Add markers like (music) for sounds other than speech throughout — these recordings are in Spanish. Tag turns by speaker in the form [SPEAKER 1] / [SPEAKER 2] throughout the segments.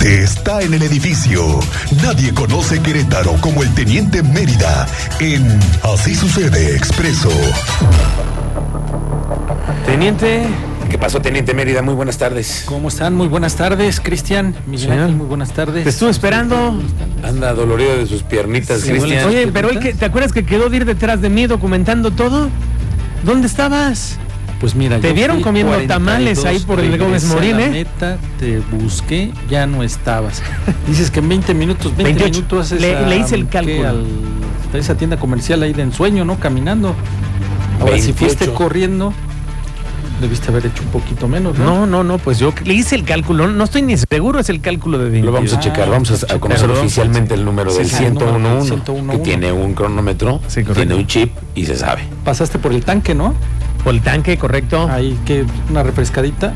[SPEAKER 1] está en el edificio. Nadie conoce Querétaro como el Teniente Mérida en Así Sucede Expreso.
[SPEAKER 2] Teniente,
[SPEAKER 3] ¿Qué pasó, Teniente Mérida? Muy buenas tardes.
[SPEAKER 2] ¿cómo están? Muy buenas tardes, Cristian, Miguel
[SPEAKER 4] Señor.
[SPEAKER 2] Ángel, muy buenas tardes.
[SPEAKER 4] Te estuve esperando.
[SPEAKER 3] Anda dolorido de sus piernitas,
[SPEAKER 2] Sí,
[SPEAKER 3] Cristian.
[SPEAKER 2] huele-
[SPEAKER 4] Oye, pero hoy que, ¿te acuerdas que quedó de ir detrás de mí documentando todo? ¿Dónde estabas?
[SPEAKER 2] Pues mira,
[SPEAKER 4] Te
[SPEAKER 2] yo
[SPEAKER 4] vieron
[SPEAKER 2] fui
[SPEAKER 4] comiendo tamales ahí por el Gómez
[SPEAKER 2] regresé
[SPEAKER 4] Morín,
[SPEAKER 2] a la
[SPEAKER 4] ¿eh?
[SPEAKER 2] Meta, te busqué, ya no estabas. (laughs) Dices que en 20 minutos, 20
[SPEAKER 4] 28.
[SPEAKER 2] minutos haces
[SPEAKER 4] Le- le hice el
[SPEAKER 2] ¿qué?
[SPEAKER 4] cálculo.
[SPEAKER 2] al- a esa tienda comercial ahí de ensueño, ¿no? Caminando. Ahora, si
[SPEAKER 3] 28.
[SPEAKER 2] fuiste corriendo, debiste haber hecho un poquito menos, ¿no?
[SPEAKER 4] No, no, no, pues yo le hice el cálculo. No estoy ni seguro, es el cálculo de 20.
[SPEAKER 3] Lo vamos a
[SPEAKER 2] Ah,
[SPEAKER 3] checar, vamos a- a,
[SPEAKER 2] checar,
[SPEAKER 3] conocer
[SPEAKER 2] perdón. pues,
[SPEAKER 3] oficialmente el número
[SPEAKER 2] Sí,
[SPEAKER 3] del
[SPEAKER 2] sí, el número del
[SPEAKER 3] 111,
[SPEAKER 2] 111.
[SPEAKER 3] que tiene un cronómetro,
[SPEAKER 4] Sí, correcto.
[SPEAKER 3] tiene un chip y se sabe.
[SPEAKER 2] Pasaste por el tanque, ¿no?
[SPEAKER 4] Por el tanque, correcto.
[SPEAKER 2] Ahí que una refrescadita.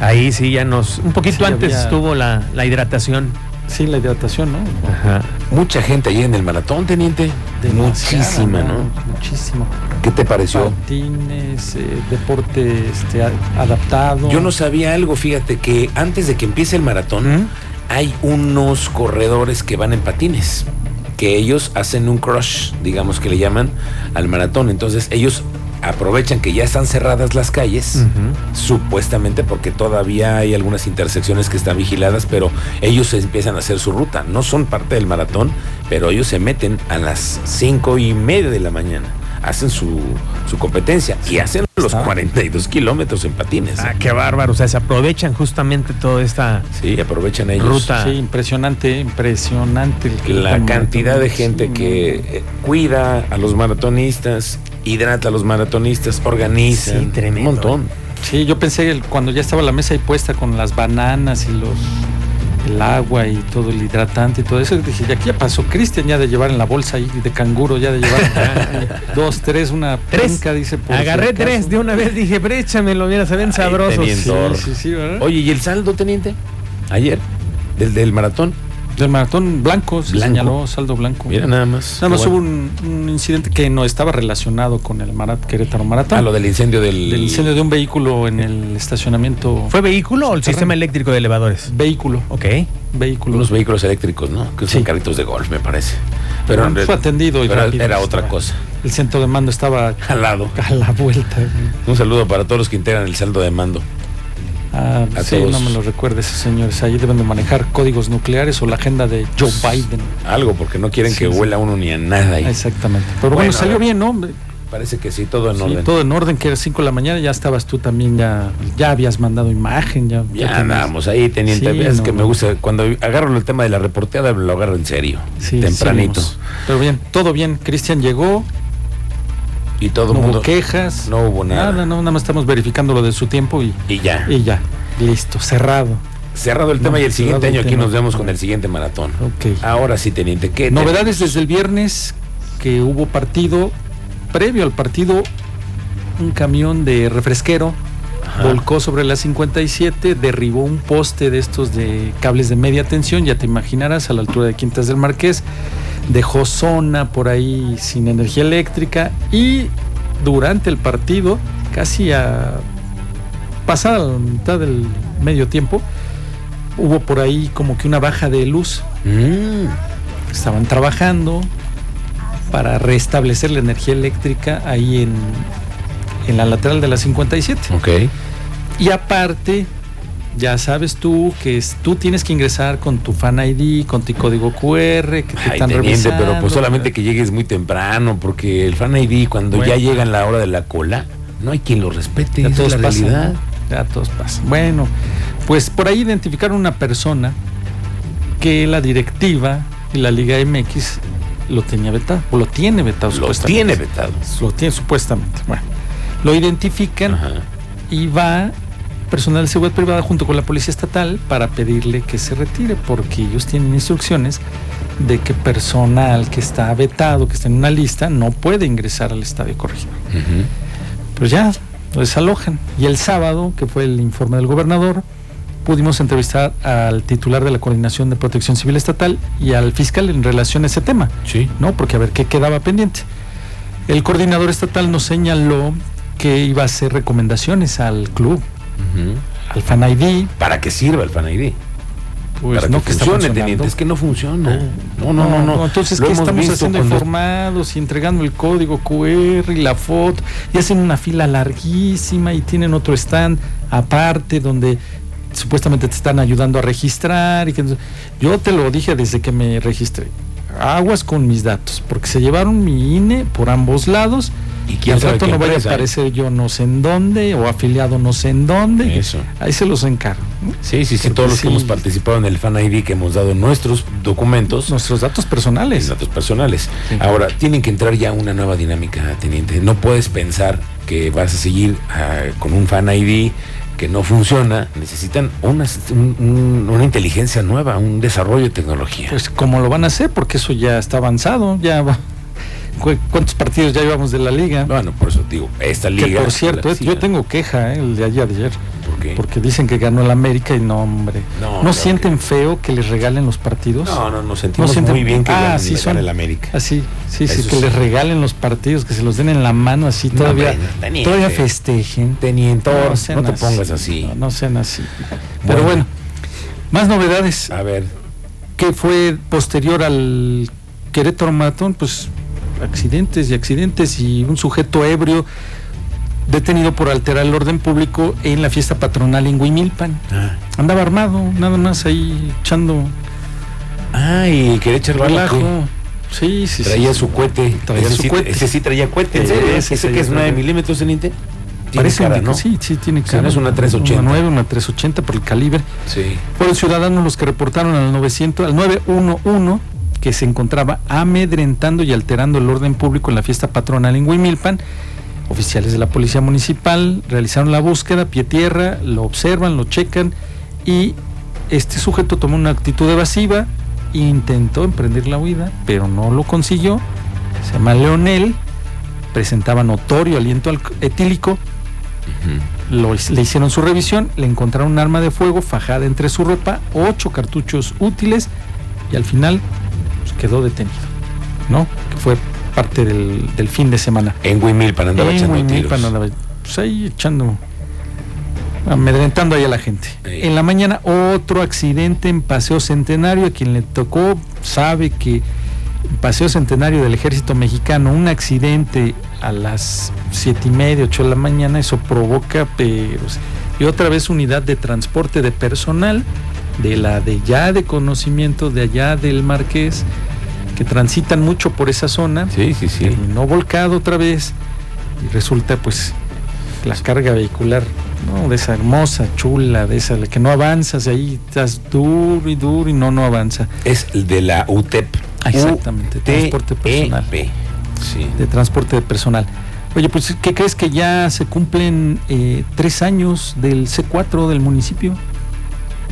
[SPEAKER 4] Ahí sí ya nos. Un poquito
[SPEAKER 2] Sí,
[SPEAKER 4] antes
[SPEAKER 2] había-
[SPEAKER 4] estuvo la, la hidratación.
[SPEAKER 2] Sí, la hidratación, ¿no?
[SPEAKER 4] Ajá.
[SPEAKER 3] Mucha gente allí en el maratón, Teniente.
[SPEAKER 2] Demasiada, Ah.
[SPEAKER 3] Muchísima, ¿no?
[SPEAKER 2] Muchísimo.
[SPEAKER 3] ¿Qué te pareció?
[SPEAKER 2] Patines, eh, deporte este, a- adaptado.
[SPEAKER 3] Yo no sabía algo, fíjate, que antes de que empiece el maratón, hay unos corredores que van en patines, que ellos hacen un crush, digamos que le llaman, al maratón. Entonces ellos aprovechan que ya están cerradas las calles. supuestamente porque todavía hay algunas intersecciones que están vigiladas, pero ellos empiezan a hacer su ruta. No son parte del maratón, pero ellos se meten a las cinco y media de la mañana. Hacen su, su competencia y hacen los
[SPEAKER 2] Está.
[SPEAKER 3] 42 kilómetros en patines.
[SPEAKER 4] Ah, qué bárbaro. O sea, se aprovechan justamente toda esta.
[SPEAKER 3] Sí, aprovechan ellos.
[SPEAKER 4] Ruta.
[SPEAKER 2] Pues, Sí, impresionante, impresionante. el que-
[SPEAKER 3] La
[SPEAKER 2] el-
[SPEAKER 3] cantidad de gente
[SPEAKER 2] sí,
[SPEAKER 3] que eh, cuida a los maratonistas, hidrata a los maratonistas, organiza.
[SPEAKER 4] Sí, tremendo.
[SPEAKER 3] Un montón.
[SPEAKER 2] Sí, yo pensé el- cuando ya estaba la mesa ahí puesta con las bananas y los el agua y todo el hidratante y todo eso, dije, ya aquí ya pasó Cristian ya de llevar en la bolsa ahí de canguro, ya de
[SPEAKER 3] (laughs)
[SPEAKER 2] llevar dos, tres, una
[SPEAKER 4] Tres.
[SPEAKER 2] penca, dice. por si
[SPEAKER 4] Agarré
[SPEAKER 2] acaso.
[SPEAKER 4] tres de una vez. Dije, bréchamelo. Mira, se ven
[SPEAKER 3] Ay,
[SPEAKER 4] sabrosos.
[SPEAKER 3] teniente.
[SPEAKER 2] Sí,
[SPEAKER 3] Thor.
[SPEAKER 2] sí, sí, ¿verdad?
[SPEAKER 3] Oye, ¿y el saldo, teniente? Ayer, del, del maratón.
[SPEAKER 2] Del maratón blanco, se
[SPEAKER 3] Blanco.
[SPEAKER 2] señaló saldo blanco.
[SPEAKER 3] Mira nada más.
[SPEAKER 2] Nada más
[SPEAKER 3] Qué bueno.
[SPEAKER 2] hubo un, un incidente que no estaba relacionado con el Marat Querétaro Maratón.
[SPEAKER 3] Ah, lo del incendio del...
[SPEAKER 2] del incendio de un vehículo en el estacionamiento.
[SPEAKER 4] ¿Fue vehículo o el sistema eléctrico de elevadores?
[SPEAKER 2] vehículo,
[SPEAKER 4] Ok.
[SPEAKER 2] vehículo.
[SPEAKER 3] Unos vehículos eléctricos, ¿no? Que usan
[SPEAKER 2] Sí. Ah,
[SPEAKER 3] carritos de golf, me parece. Pero
[SPEAKER 2] Fue atendido y
[SPEAKER 3] pero
[SPEAKER 2] rápido
[SPEAKER 3] era
[SPEAKER 2] estaba.
[SPEAKER 3] otra cosa. (laughs)
[SPEAKER 2] El centro de mando estaba
[SPEAKER 3] Al lado.
[SPEAKER 2] a la vuelta. güey.
[SPEAKER 3] Un saludo para todos los que integran el saldo de mando.
[SPEAKER 2] Ah,
[SPEAKER 3] A
[SPEAKER 2] sí,
[SPEAKER 3] todos.
[SPEAKER 2] no me lo recuerde esos señores. Ahí deben de manejar códigos nucleares o la agenda de Joe Biden.
[SPEAKER 3] Algo, porque no quieren
[SPEAKER 2] Sí,
[SPEAKER 3] que
[SPEAKER 2] sí.
[SPEAKER 3] huela uno ni a nada ahí.
[SPEAKER 2] Exactamente. Pero bueno,
[SPEAKER 3] Bueno, a
[SPEAKER 2] salió
[SPEAKER 3] ver.
[SPEAKER 2] bien, ¿no?
[SPEAKER 3] Parece que sí, todo en
[SPEAKER 2] Sí,
[SPEAKER 3] orden.
[SPEAKER 2] todo en orden, que era 5 de la mañana, ya estabas tú también, ya, ya habías mandado imagen, ya.
[SPEAKER 3] Ya
[SPEAKER 2] tenías-
[SPEAKER 3] andábamos ahí, teniente.
[SPEAKER 2] Sí,
[SPEAKER 3] es
[SPEAKER 2] no,
[SPEAKER 3] que me
[SPEAKER 2] no.
[SPEAKER 3] gusta. Cuando agarro el tema de la reporteada, lo agarro en serio.
[SPEAKER 2] Sí,
[SPEAKER 3] tempranito.
[SPEAKER 2] sí, vamos. Pero bien, todo bien. Cristian llegó,
[SPEAKER 3] y todo
[SPEAKER 2] no
[SPEAKER 3] el mundo.
[SPEAKER 2] hubo quejas.
[SPEAKER 3] No hubo nada.
[SPEAKER 2] Nada, no, nada más estamos verificando lo de su tiempo y,
[SPEAKER 3] Y ya.
[SPEAKER 2] y ya. Listo, cerrado.
[SPEAKER 3] Cerrado el tema
[SPEAKER 2] No,
[SPEAKER 3] y el siguiente
[SPEAKER 2] cerrado el
[SPEAKER 3] año aquí
[SPEAKER 2] tema.
[SPEAKER 3] nos vemos con el siguiente maratón.
[SPEAKER 2] Ok.
[SPEAKER 3] Ahora sí, teniente. ¿Qué
[SPEAKER 2] Novedades desde el viernes que hubo partido, previo al partido, un camión de refresquero
[SPEAKER 3] Ajá.
[SPEAKER 2] volcó sobre la 57, derribó un poste de estos de cables de media tensión, ya te imaginarás, a la altura de Quintas del Marqués, dejó zona por ahí sin energía eléctrica y durante el partido, casi a pasada la mitad del medio tiempo, hubo por ahí como que una baja de luz
[SPEAKER 3] Mm.
[SPEAKER 2] estaban trabajando para restablecer la energía eléctrica ahí en, en la lateral de la 57.
[SPEAKER 3] Ok.
[SPEAKER 2] Y aparte, ya sabes tú que es- tú tienes que ingresar con tu fan ID, con tu código QR, que te
[SPEAKER 3] Ay,
[SPEAKER 2] están
[SPEAKER 3] teniente,
[SPEAKER 2] revisando.
[SPEAKER 3] pero pues solamente que llegues muy temprano, porque el fan ID cuando
[SPEAKER 2] Bueno.
[SPEAKER 3] ya llega en la hora de la cola, no hay quien lo respete,
[SPEAKER 2] Ya
[SPEAKER 3] esa es
[SPEAKER 2] todos
[SPEAKER 3] la
[SPEAKER 2] pasan,
[SPEAKER 3] realidad.
[SPEAKER 2] ¿no? Ya todos pasan. Bueno, pues por ahí identificaron una persona que la directiva y la Liga MX lo tenía vetado, o lo tiene vetado
[SPEAKER 3] Los
[SPEAKER 2] supuestamente.
[SPEAKER 3] tiene vetados.
[SPEAKER 2] Lo tiene supuestamente. Bueno, lo identifican
[SPEAKER 3] Ajá.
[SPEAKER 2] y va personal de seguridad privada junto con la policía estatal para pedirle que se retire porque ellos tienen instrucciones de que personal que está vetado, que está en una lista, no puede ingresar al estadio corregidor.
[SPEAKER 3] Ujú.
[SPEAKER 2] Pero ya lo desalojan. Y el sábado, que fue el informe del gobernador, pudimos entrevistar al titular de la Coordinación de Protección Civil Estatal y al fiscal en relación a ese tema.
[SPEAKER 3] Sí.
[SPEAKER 2] ¿no? Porque a ver qué quedaba pendiente. El coordinador estatal nos señaló que iba a hacer recomendaciones al club,
[SPEAKER 3] Ujú.
[SPEAKER 2] al Fan ID,
[SPEAKER 3] Para que sirva el fan ID.
[SPEAKER 2] Pues
[SPEAKER 3] para
[SPEAKER 2] no,
[SPEAKER 3] que,
[SPEAKER 2] que está
[SPEAKER 3] funcione,
[SPEAKER 2] funcionando.
[SPEAKER 3] teniente. Es que no funciona. No, no, no, no.
[SPEAKER 2] Entonces,
[SPEAKER 3] Lo
[SPEAKER 2] ¿qué
[SPEAKER 3] hemos
[SPEAKER 2] estamos
[SPEAKER 3] visto
[SPEAKER 2] haciendo
[SPEAKER 3] cuando-
[SPEAKER 2] informados y entregando el código QR y la foto? Y hacen una fila larguísima y tienen otro stand aparte donde supuestamente te están ayudando a registrar. Y que... Yo te lo dije desde que me registré. Aguas con mis datos, porque se llevaron mi INE por ambos lados.
[SPEAKER 3] Y
[SPEAKER 2] Y
[SPEAKER 3] quién
[SPEAKER 2] al
[SPEAKER 3] sabe
[SPEAKER 2] rato
[SPEAKER 3] qué
[SPEAKER 2] no vaya a
[SPEAKER 3] empresa, ¿eh?
[SPEAKER 2] aparecer yo no sé en dónde o afiliado no sé en dónde.
[SPEAKER 3] Eso.
[SPEAKER 2] Ahí se los encargo. ¿no?
[SPEAKER 3] Sí, sí, sí.
[SPEAKER 2] Porque
[SPEAKER 3] Todos los
[SPEAKER 2] sí.
[SPEAKER 3] que hemos participado en el Fan ID que hemos dado nuestros documentos.
[SPEAKER 2] Nuestros datos
[SPEAKER 3] mis
[SPEAKER 2] personales.
[SPEAKER 3] datos personales.
[SPEAKER 2] Sí.
[SPEAKER 3] Ahora, tienen que entrar ya una nueva dinámica, teniente. No puedes pensar que vas a seguir ah, con un fan ID que no funciona. Necesitan una, un- un- una inteligencia nueva, un desarrollo de tecnología.
[SPEAKER 2] Pues como lo van a hacer, porque eso ya está avanzado, ya va. ¿Cu- ¿Cuántos partidos ya llevamos de la liga?
[SPEAKER 3] bueno, por eso digo, esta liga.
[SPEAKER 2] que por cierto,
[SPEAKER 3] la
[SPEAKER 2] eh, yo
[SPEAKER 3] vecina,
[SPEAKER 2] tengo queja, eh, el de ayer, de ayer,
[SPEAKER 3] ¿por qué?
[SPEAKER 2] porque dicen que ganó el América y no, hombre.
[SPEAKER 3] No,
[SPEAKER 2] ¿No,
[SPEAKER 3] claro
[SPEAKER 2] sienten feo que les regalen los partidos?
[SPEAKER 3] No, no, nos
[SPEAKER 2] No
[SPEAKER 3] sentimos
[SPEAKER 2] sienten-
[SPEAKER 3] muy bien que
[SPEAKER 2] Ah,
[SPEAKER 3] ganen-
[SPEAKER 2] sí,
[SPEAKER 3] gane
[SPEAKER 2] son-
[SPEAKER 3] el América.
[SPEAKER 2] Así, sí, sí,
[SPEAKER 3] Eso
[SPEAKER 2] que
[SPEAKER 3] sí.
[SPEAKER 2] les regalen los partidos, que se los den en la mano así
[SPEAKER 3] No,
[SPEAKER 2] todavía,
[SPEAKER 3] hombre, no, teniente.
[SPEAKER 2] todavía festejen.
[SPEAKER 3] Teniente,
[SPEAKER 2] sean
[SPEAKER 3] no te pongas así.
[SPEAKER 2] No, no sean así. Pero
[SPEAKER 3] Bueno.
[SPEAKER 2] bueno, más novedades.
[SPEAKER 3] A ver,
[SPEAKER 2] que fue posterior al Querétaro Maratón, pues accidentes y accidentes y un sujeto ebrio detenido por alterar el orden público en la fiesta patronal en Huimilpan.
[SPEAKER 3] ah,
[SPEAKER 2] Andaba armado, nada más ahí echando
[SPEAKER 3] ay, Ah, quería echar bala, ¿qué?
[SPEAKER 2] relajo. Sí, sí, sí.
[SPEAKER 3] Traía
[SPEAKER 2] sí.
[SPEAKER 3] su cohete.
[SPEAKER 2] Traía
[SPEAKER 3] ese
[SPEAKER 2] su
[SPEAKER 3] sí,
[SPEAKER 2] cohete.
[SPEAKER 3] Ese sí traía cohete.
[SPEAKER 2] Sí,
[SPEAKER 3] ¿En serio?
[SPEAKER 2] ese
[SPEAKER 3] Ese,
[SPEAKER 2] traía
[SPEAKER 3] que es
[SPEAKER 2] cohete.
[SPEAKER 3] 9 milímetros, teniente. Tiene
[SPEAKER 2] Parece
[SPEAKER 3] cara,
[SPEAKER 2] un-
[SPEAKER 3] ¿no?
[SPEAKER 2] Sí, sí, tiene
[SPEAKER 3] Sí,
[SPEAKER 2] cara.
[SPEAKER 3] no es una 380.
[SPEAKER 2] Una 9, una 380 por el calibre.
[SPEAKER 3] Sí.
[SPEAKER 2] Fueron ciudadanos los que reportaron al 900, al 911 que se encontraba amedrentando y alterando el orden público en la fiesta patronal en Huimilpan. Oficiales de la policía municipal realizaron la búsqueda pie tierra, lo observan, lo checan y este sujeto tomó una actitud evasiva, intentó emprender la huida, pero no lo consiguió. Se llama Leonel, presentaba notorio aliento alco- etílico lo- le hicieron su revisión, le encontraron un arma de fuego fajada entre su ropa, ocho cartuchos útiles y al final pues, quedó detenido, ¿no? Que fue parte del, del fin de semana.
[SPEAKER 3] En Huimilpan andaba
[SPEAKER 2] En
[SPEAKER 3] echando
[SPEAKER 2] Huimilpan
[SPEAKER 3] tiros.
[SPEAKER 2] andaba, pues, ahí echando, amedrentando ahí a la gente.
[SPEAKER 3] Ey.
[SPEAKER 2] En la mañana otro accidente en Paseo Centenario, a quien le tocó sabe que en Paseo Centenario del Ejército Mexicano, un accidente a las siete y media, ocho de la mañana, eso provoca peros. Y otra vez unidad de transporte de personal de la de ya de conocimiento de allá del Marqués, que transitan mucho por esa zona
[SPEAKER 3] Sí, sí, sí.
[SPEAKER 2] terminó volcado otra vez y resulta pues la carga vehicular ¿no? de esa hermosa, chula, de esa la que no avanzas, y ahí estás duro y duro y no, no avanza.
[SPEAKER 3] Es el de la E UTEP.
[SPEAKER 2] Ah, exactamente, transporte personal.
[SPEAKER 3] UTEP. E Sí.
[SPEAKER 2] de transporte de personal. Oye, pues, ¿qué crees que ya se cumplen eh, tres años del C4 del municipio?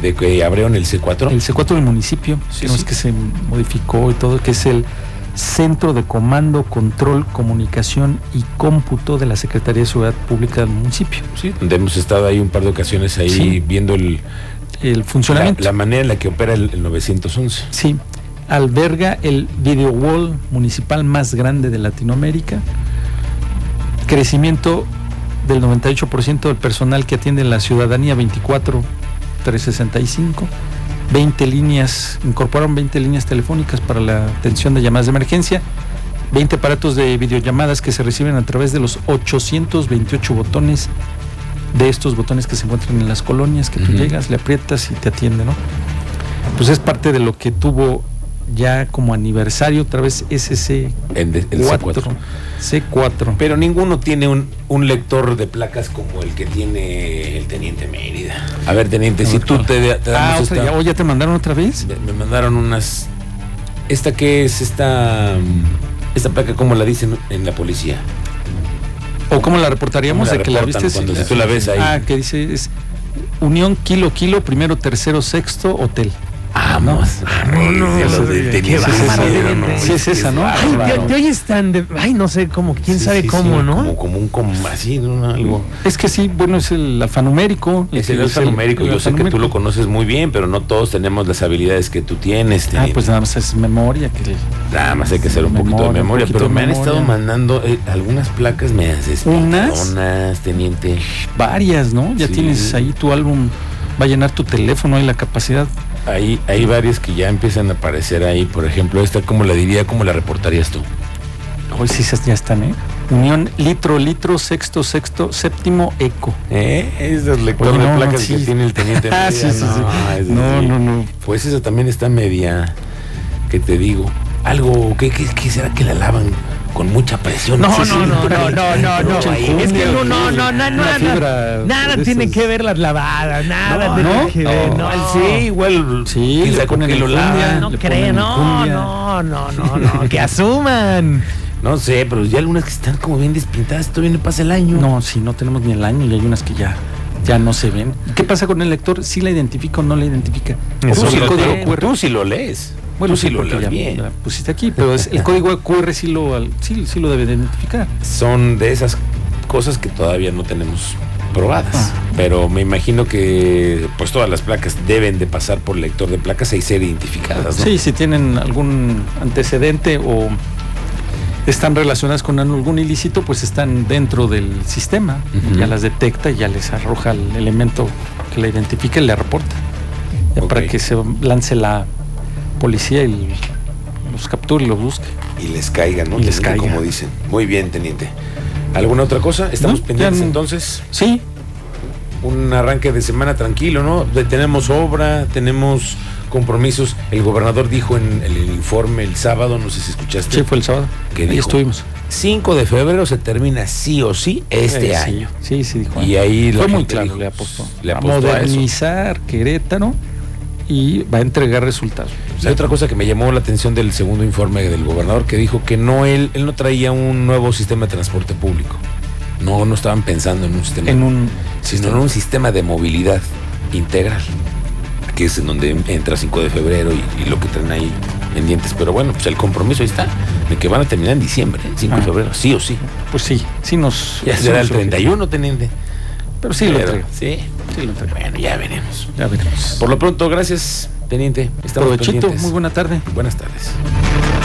[SPEAKER 3] De que abrieron el C4.
[SPEAKER 2] El C4 del municipio,
[SPEAKER 3] Sí,
[SPEAKER 2] que no
[SPEAKER 3] sí.
[SPEAKER 2] es que se modificó y todo, que es el Centro de Comando, Control, Comunicación y Cómputo de la Secretaría de Seguridad Pública del municipio.
[SPEAKER 3] Sí, donde hemos estado ahí un par de ocasiones ahí
[SPEAKER 2] Sí.
[SPEAKER 3] viendo el,
[SPEAKER 2] El
[SPEAKER 3] la,
[SPEAKER 2] funcionamiento.
[SPEAKER 3] la manera en la que opera el, el 911.
[SPEAKER 2] Sí, alberga el video wall municipal más grande de Latinoamérica. Crecimiento del 98% del personal que atiende la ciudadanía 24 365. 20 líneas, incorporaron 20 líneas telefónicas para la atención de llamadas de emergencia. 20 aparatos de videollamadas que se reciben a través de los 828 botones de estos botones que se encuentran en las colonias que tú
[SPEAKER 3] Ujú.
[SPEAKER 2] llegas, le aprietas y te atiende, ¿no? Pues es parte de lo que tuvo ya como aniversario otra vez SC4.
[SPEAKER 3] El, de- el C4.
[SPEAKER 2] C4.
[SPEAKER 3] Pero ninguno tiene un, un lector de placas como el que tiene el teniente Mérida. A ver, teniente, si tú te, te
[SPEAKER 2] Ah,
[SPEAKER 3] damos
[SPEAKER 2] otra-
[SPEAKER 3] esta-
[SPEAKER 2] ya, oh, ya te mandaron otra vez.
[SPEAKER 3] Me- Me mandaron unas. ¿Esta qué es? Esta. mm, Esta placa, ¿cómo la dicen en la policía?
[SPEAKER 2] ¿O cómo la reportaríamos?
[SPEAKER 3] ¿Cómo la
[SPEAKER 2] de que la
[SPEAKER 3] reportan
[SPEAKER 2] viste.
[SPEAKER 3] cuando
[SPEAKER 2] Sí.
[SPEAKER 3] tú la ves ahí?
[SPEAKER 2] Ah, que dice es Unión Kilo Kilo, primero, tercero, sexto, hotel.
[SPEAKER 3] Vamos.
[SPEAKER 2] no, no, no, no, sí, sí, sí, sí, es esa, ¿no?
[SPEAKER 4] Ay, de,
[SPEAKER 2] Claro.
[SPEAKER 4] de hoy están de. Ay, no sé cómo, quién sabe cómo, ¿no?
[SPEAKER 3] Como, como un com- así, ¿no? Algo. Este
[SPEAKER 2] Es que sí, bueno, es el alfanumérico.
[SPEAKER 3] Es el
[SPEAKER 2] es el-
[SPEAKER 3] alfanumérico.
[SPEAKER 2] el
[SPEAKER 3] Yo sé que tú
[SPEAKER 2] alfanumérico.
[SPEAKER 3] lo conoces muy bien, pero no todos tenemos las habilidades que tú tienes.
[SPEAKER 2] Ah,
[SPEAKER 3] teniente.
[SPEAKER 2] pues nada más es memoria. Que
[SPEAKER 3] Nada más hay que hacer un
[SPEAKER 2] Memoria,
[SPEAKER 3] poquito de
[SPEAKER 2] un
[SPEAKER 3] memoria.
[SPEAKER 2] poquito
[SPEAKER 3] Pero
[SPEAKER 2] de
[SPEAKER 3] me han
[SPEAKER 2] memoria.
[SPEAKER 3] estado mandando eh, algunas placas, me haces. teniente.
[SPEAKER 2] varias, ¿no? Ya
[SPEAKER 3] Sí.
[SPEAKER 2] tienes ahí tu álbum, va a llenar tu teléfono y la capacidad
[SPEAKER 3] Hay, hay varias que ya empiezan a aparecer ahí. Por ejemplo, esta, ¿cómo la diría? ¿Cómo la reportarías tú?
[SPEAKER 2] Hoy sí esas ya están, ¿eh? Unión litro, litro, sexto, sexto, séptimo, eco.
[SPEAKER 3] ¿Eh? Es del lector
[SPEAKER 2] Oye,
[SPEAKER 3] de
[SPEAKER 2] no, no,
[SPEAKER 3] placas
[SPEAKER 2] sí.
[SPEAKER 3] que tiene
[SPEAKER 2] (laughs)
[SPEAKER 3] el teniente.
[SPEAKER 2] Ah,
[SPEAKER 3] Medea.
[SPEAKER 2] sí, sí, sí.
[SPEAKER 3] esa
[SPEAKER 2] No,
[SPEAKER 3] sí.
[SPEAKER 2] no, no.
[SPEAKER 3] Pues esa también está media, que te digo. Algo, ¿qué, qué, qué será que la lavan con mucha presión?
[SPEAKER 4] No,
[SPEAKER 3] Sí, sí.
[SPEAKER 4] no, no, no, no, no, no.
[SPEAKER 3] Mucha
[SPEAKER 4] Es que
[SPEAKER 3] enjundia,
[SPEAKER 4] no, no, no,
[SPEAKER 2] Una
[SPEAKER 4] na- nada.
[SPEAKER 2] fibra
[SPEAKER 4] Nada
[SPEAKER 2] de
[SPEAKER 4] tiene
[SPEAKER 2] esas.
[SPEAKER 4] que ver las lavadas, nada
[SPEAKER 2] No,
[SPEAKER 4] tiene
[SPEAKER 2] ¿no?
[SPEAKER 4] que ver. No,
[SPEAKER 3] Igual sí, igual.
[SPEAKER 2] Sí,
[SPEAKER 3] quién
[SPEAKER 2] le
[SPEAKER 3] sabe con
[SPEAKER 2] ponen
[SPEAKER 3] qué lo
[SPEAKER 2] enjundia.
[SPEAKER 3] lavan.
[SPEAKER 4] No
[SPEAKER 2] le
[SPEAKER 4] cree,
[SPEAKER 2] ponen
[SPEAKER 4] no,
[SPEAKER 2] cumbia.
[SPEAKER 4] no, no, no,
[SPEAKER 2] (laughs)
[SPEAKER 4] no, que asuman.
[SPEAKER 3] No sé, pero ya algunas que están como bien despintadas, todavía no pasa el año.
[SPEAKER 2] No, si no tenemos ni el año y hay unas que ya, ya no se ven. ¿Qué pasa con el lector? ¿Sí la identifica o no la identifica?
[SPEAKER 3] Tú,
[SPEAKER 2] Porque
[SPEAKER 3] sí
[SPEAKER 2] el
[SPEAKER 3] lo,
[SPEAKER 2] código
[SPEAKER 3] tú,
[SPEAKER 2] QR.
[SPEAKER 3] tú sí lo lees. tú sí lo
[SPEAKER 2] porque
[SPEAKER 3] lees
[SPEAKER 2] ya
[SPEAKER 3] bien.
[SPEAKER 2] la pusiste aquí,
[SPEAKER 3] (laughs)
[SPEAKER 2] pero es, el código QR sí lo, al- sí, sí lo debe de identificar.
[SPEAKER 3] Son de esas cosas que todavía no tenemos probadas.
[SPEAKER 2] Ah.
[SPEAKER 3] Pero me imagino que pues todas las placas deben de pasar por lector de placas y ser identificadas, ¿no?
[SPEAKER 2] Sí, si tienen algún antecedente o están relacionadas con algún ilícito, pues están dentro del sistema.
[SPEAKER 3] Ujú.
[SPEAKER 2] Ya las detecta y ya les arroja el elemento que la identifica y le reporta. Ya para
[SPEAKER 3] Ok.
[SPEAKER 2] que se lance la policía y los capture y los busque.
[SPEAKER 3] Y les caigan, ¿no?
[SPEAKER 2] Y les
[SPEAKER 3] Teniente,
[SPEAKER 2] caiga.
[SPEAKER 3] Como dicen. Muy bien, teniente. ¿Alguna otra cosa? Estamos
[SPEAKER 2] No,
[SPEAKER 3] pendientes
[SPEAKER 2] ya no.
[SPEAKER 3] entonces.
[SPEAKER 2] Sí,
[SPEAKER 3] un arranque de semana tranquilo, ¿no? De- tenemos obra, tenemos compromisos. El gobernador dijo en el, el informe el sábado, no sé si escuchaste,
[SPEAKER 2] sí fue el sábado.
[SPEAKER 3] ¿Qué
[SPEAKER 2] Ahí
[SPEAKER 3] dijo?
[SPEAKER 2] estuvimos.
[SPEAKER 3] 5 de febrero se termina sí o sí este
[SPEAKER 2] Eh, sí,
[SPEAKER 3] año.
[SPEAKER 2] Sí, sí, dijo.
[SPEAKER 3] Y ahí la
[SPEAKER 2] fue muy
[SPEAKER 3] gente
[SPEAKER 2] claro,
[SPEAKER 3] dijo,
[SPEAKER 2] le apostó.
[SPEAKER 3] pues, le
[SPEAKER 2] a
[SPEAKER 3] apostó a eso.
[SPEAKER 2] modernizar Querétaro y va a entregar resultados.
[SPEAKER 3] Y otra cosa que me llamó la atención del segundo informe del gobernador que dijo que no él él no traía un nuevo sistema de transporte público. No, no estaban pensando en un sistema.
[SPEAKER 2] En un
[SPEAKER 3] sino en un sistema de movilidad integral, que es en donde entra 5 de febrero y, y lo que traen ahí pendientes. Pero bueno, pues el compromiso ahí está, de que van a terminar en diciembre, ¿eh? 5 de
[SPEAKER 2] Ah.
[SPEAKER 3] febrero, sí o sí.
[SPEAKER 2] Pues sí, sí nos.
[SPEAKER 3] Ya
[SPEAKER 2] sí
[SPEAKER 3] será el
[SPEAKER 2] nos urge.
[SPEAKER 3] 31, teniente.
[SPEAKER 2] Pero sí lo
[SPEAKER 3] Pero,
[SPEAKER 2] traigo.
[SPEAKER 3] Sí,
[SPEAKER 2] Sí lo traigo.
[SPEAKER 3] bueno, ya veremos.
[SPEAKER 2] Ya veremos.
[SPEAKER 3] Por lo pronto, gracias, teniente. Estamos
[SPEAKER 2] Provechito,
[SPEAKER 3] pendientes.
[SPEAKER 2] muy buena tarde.
[SPEAKER 3] Buenas tardes.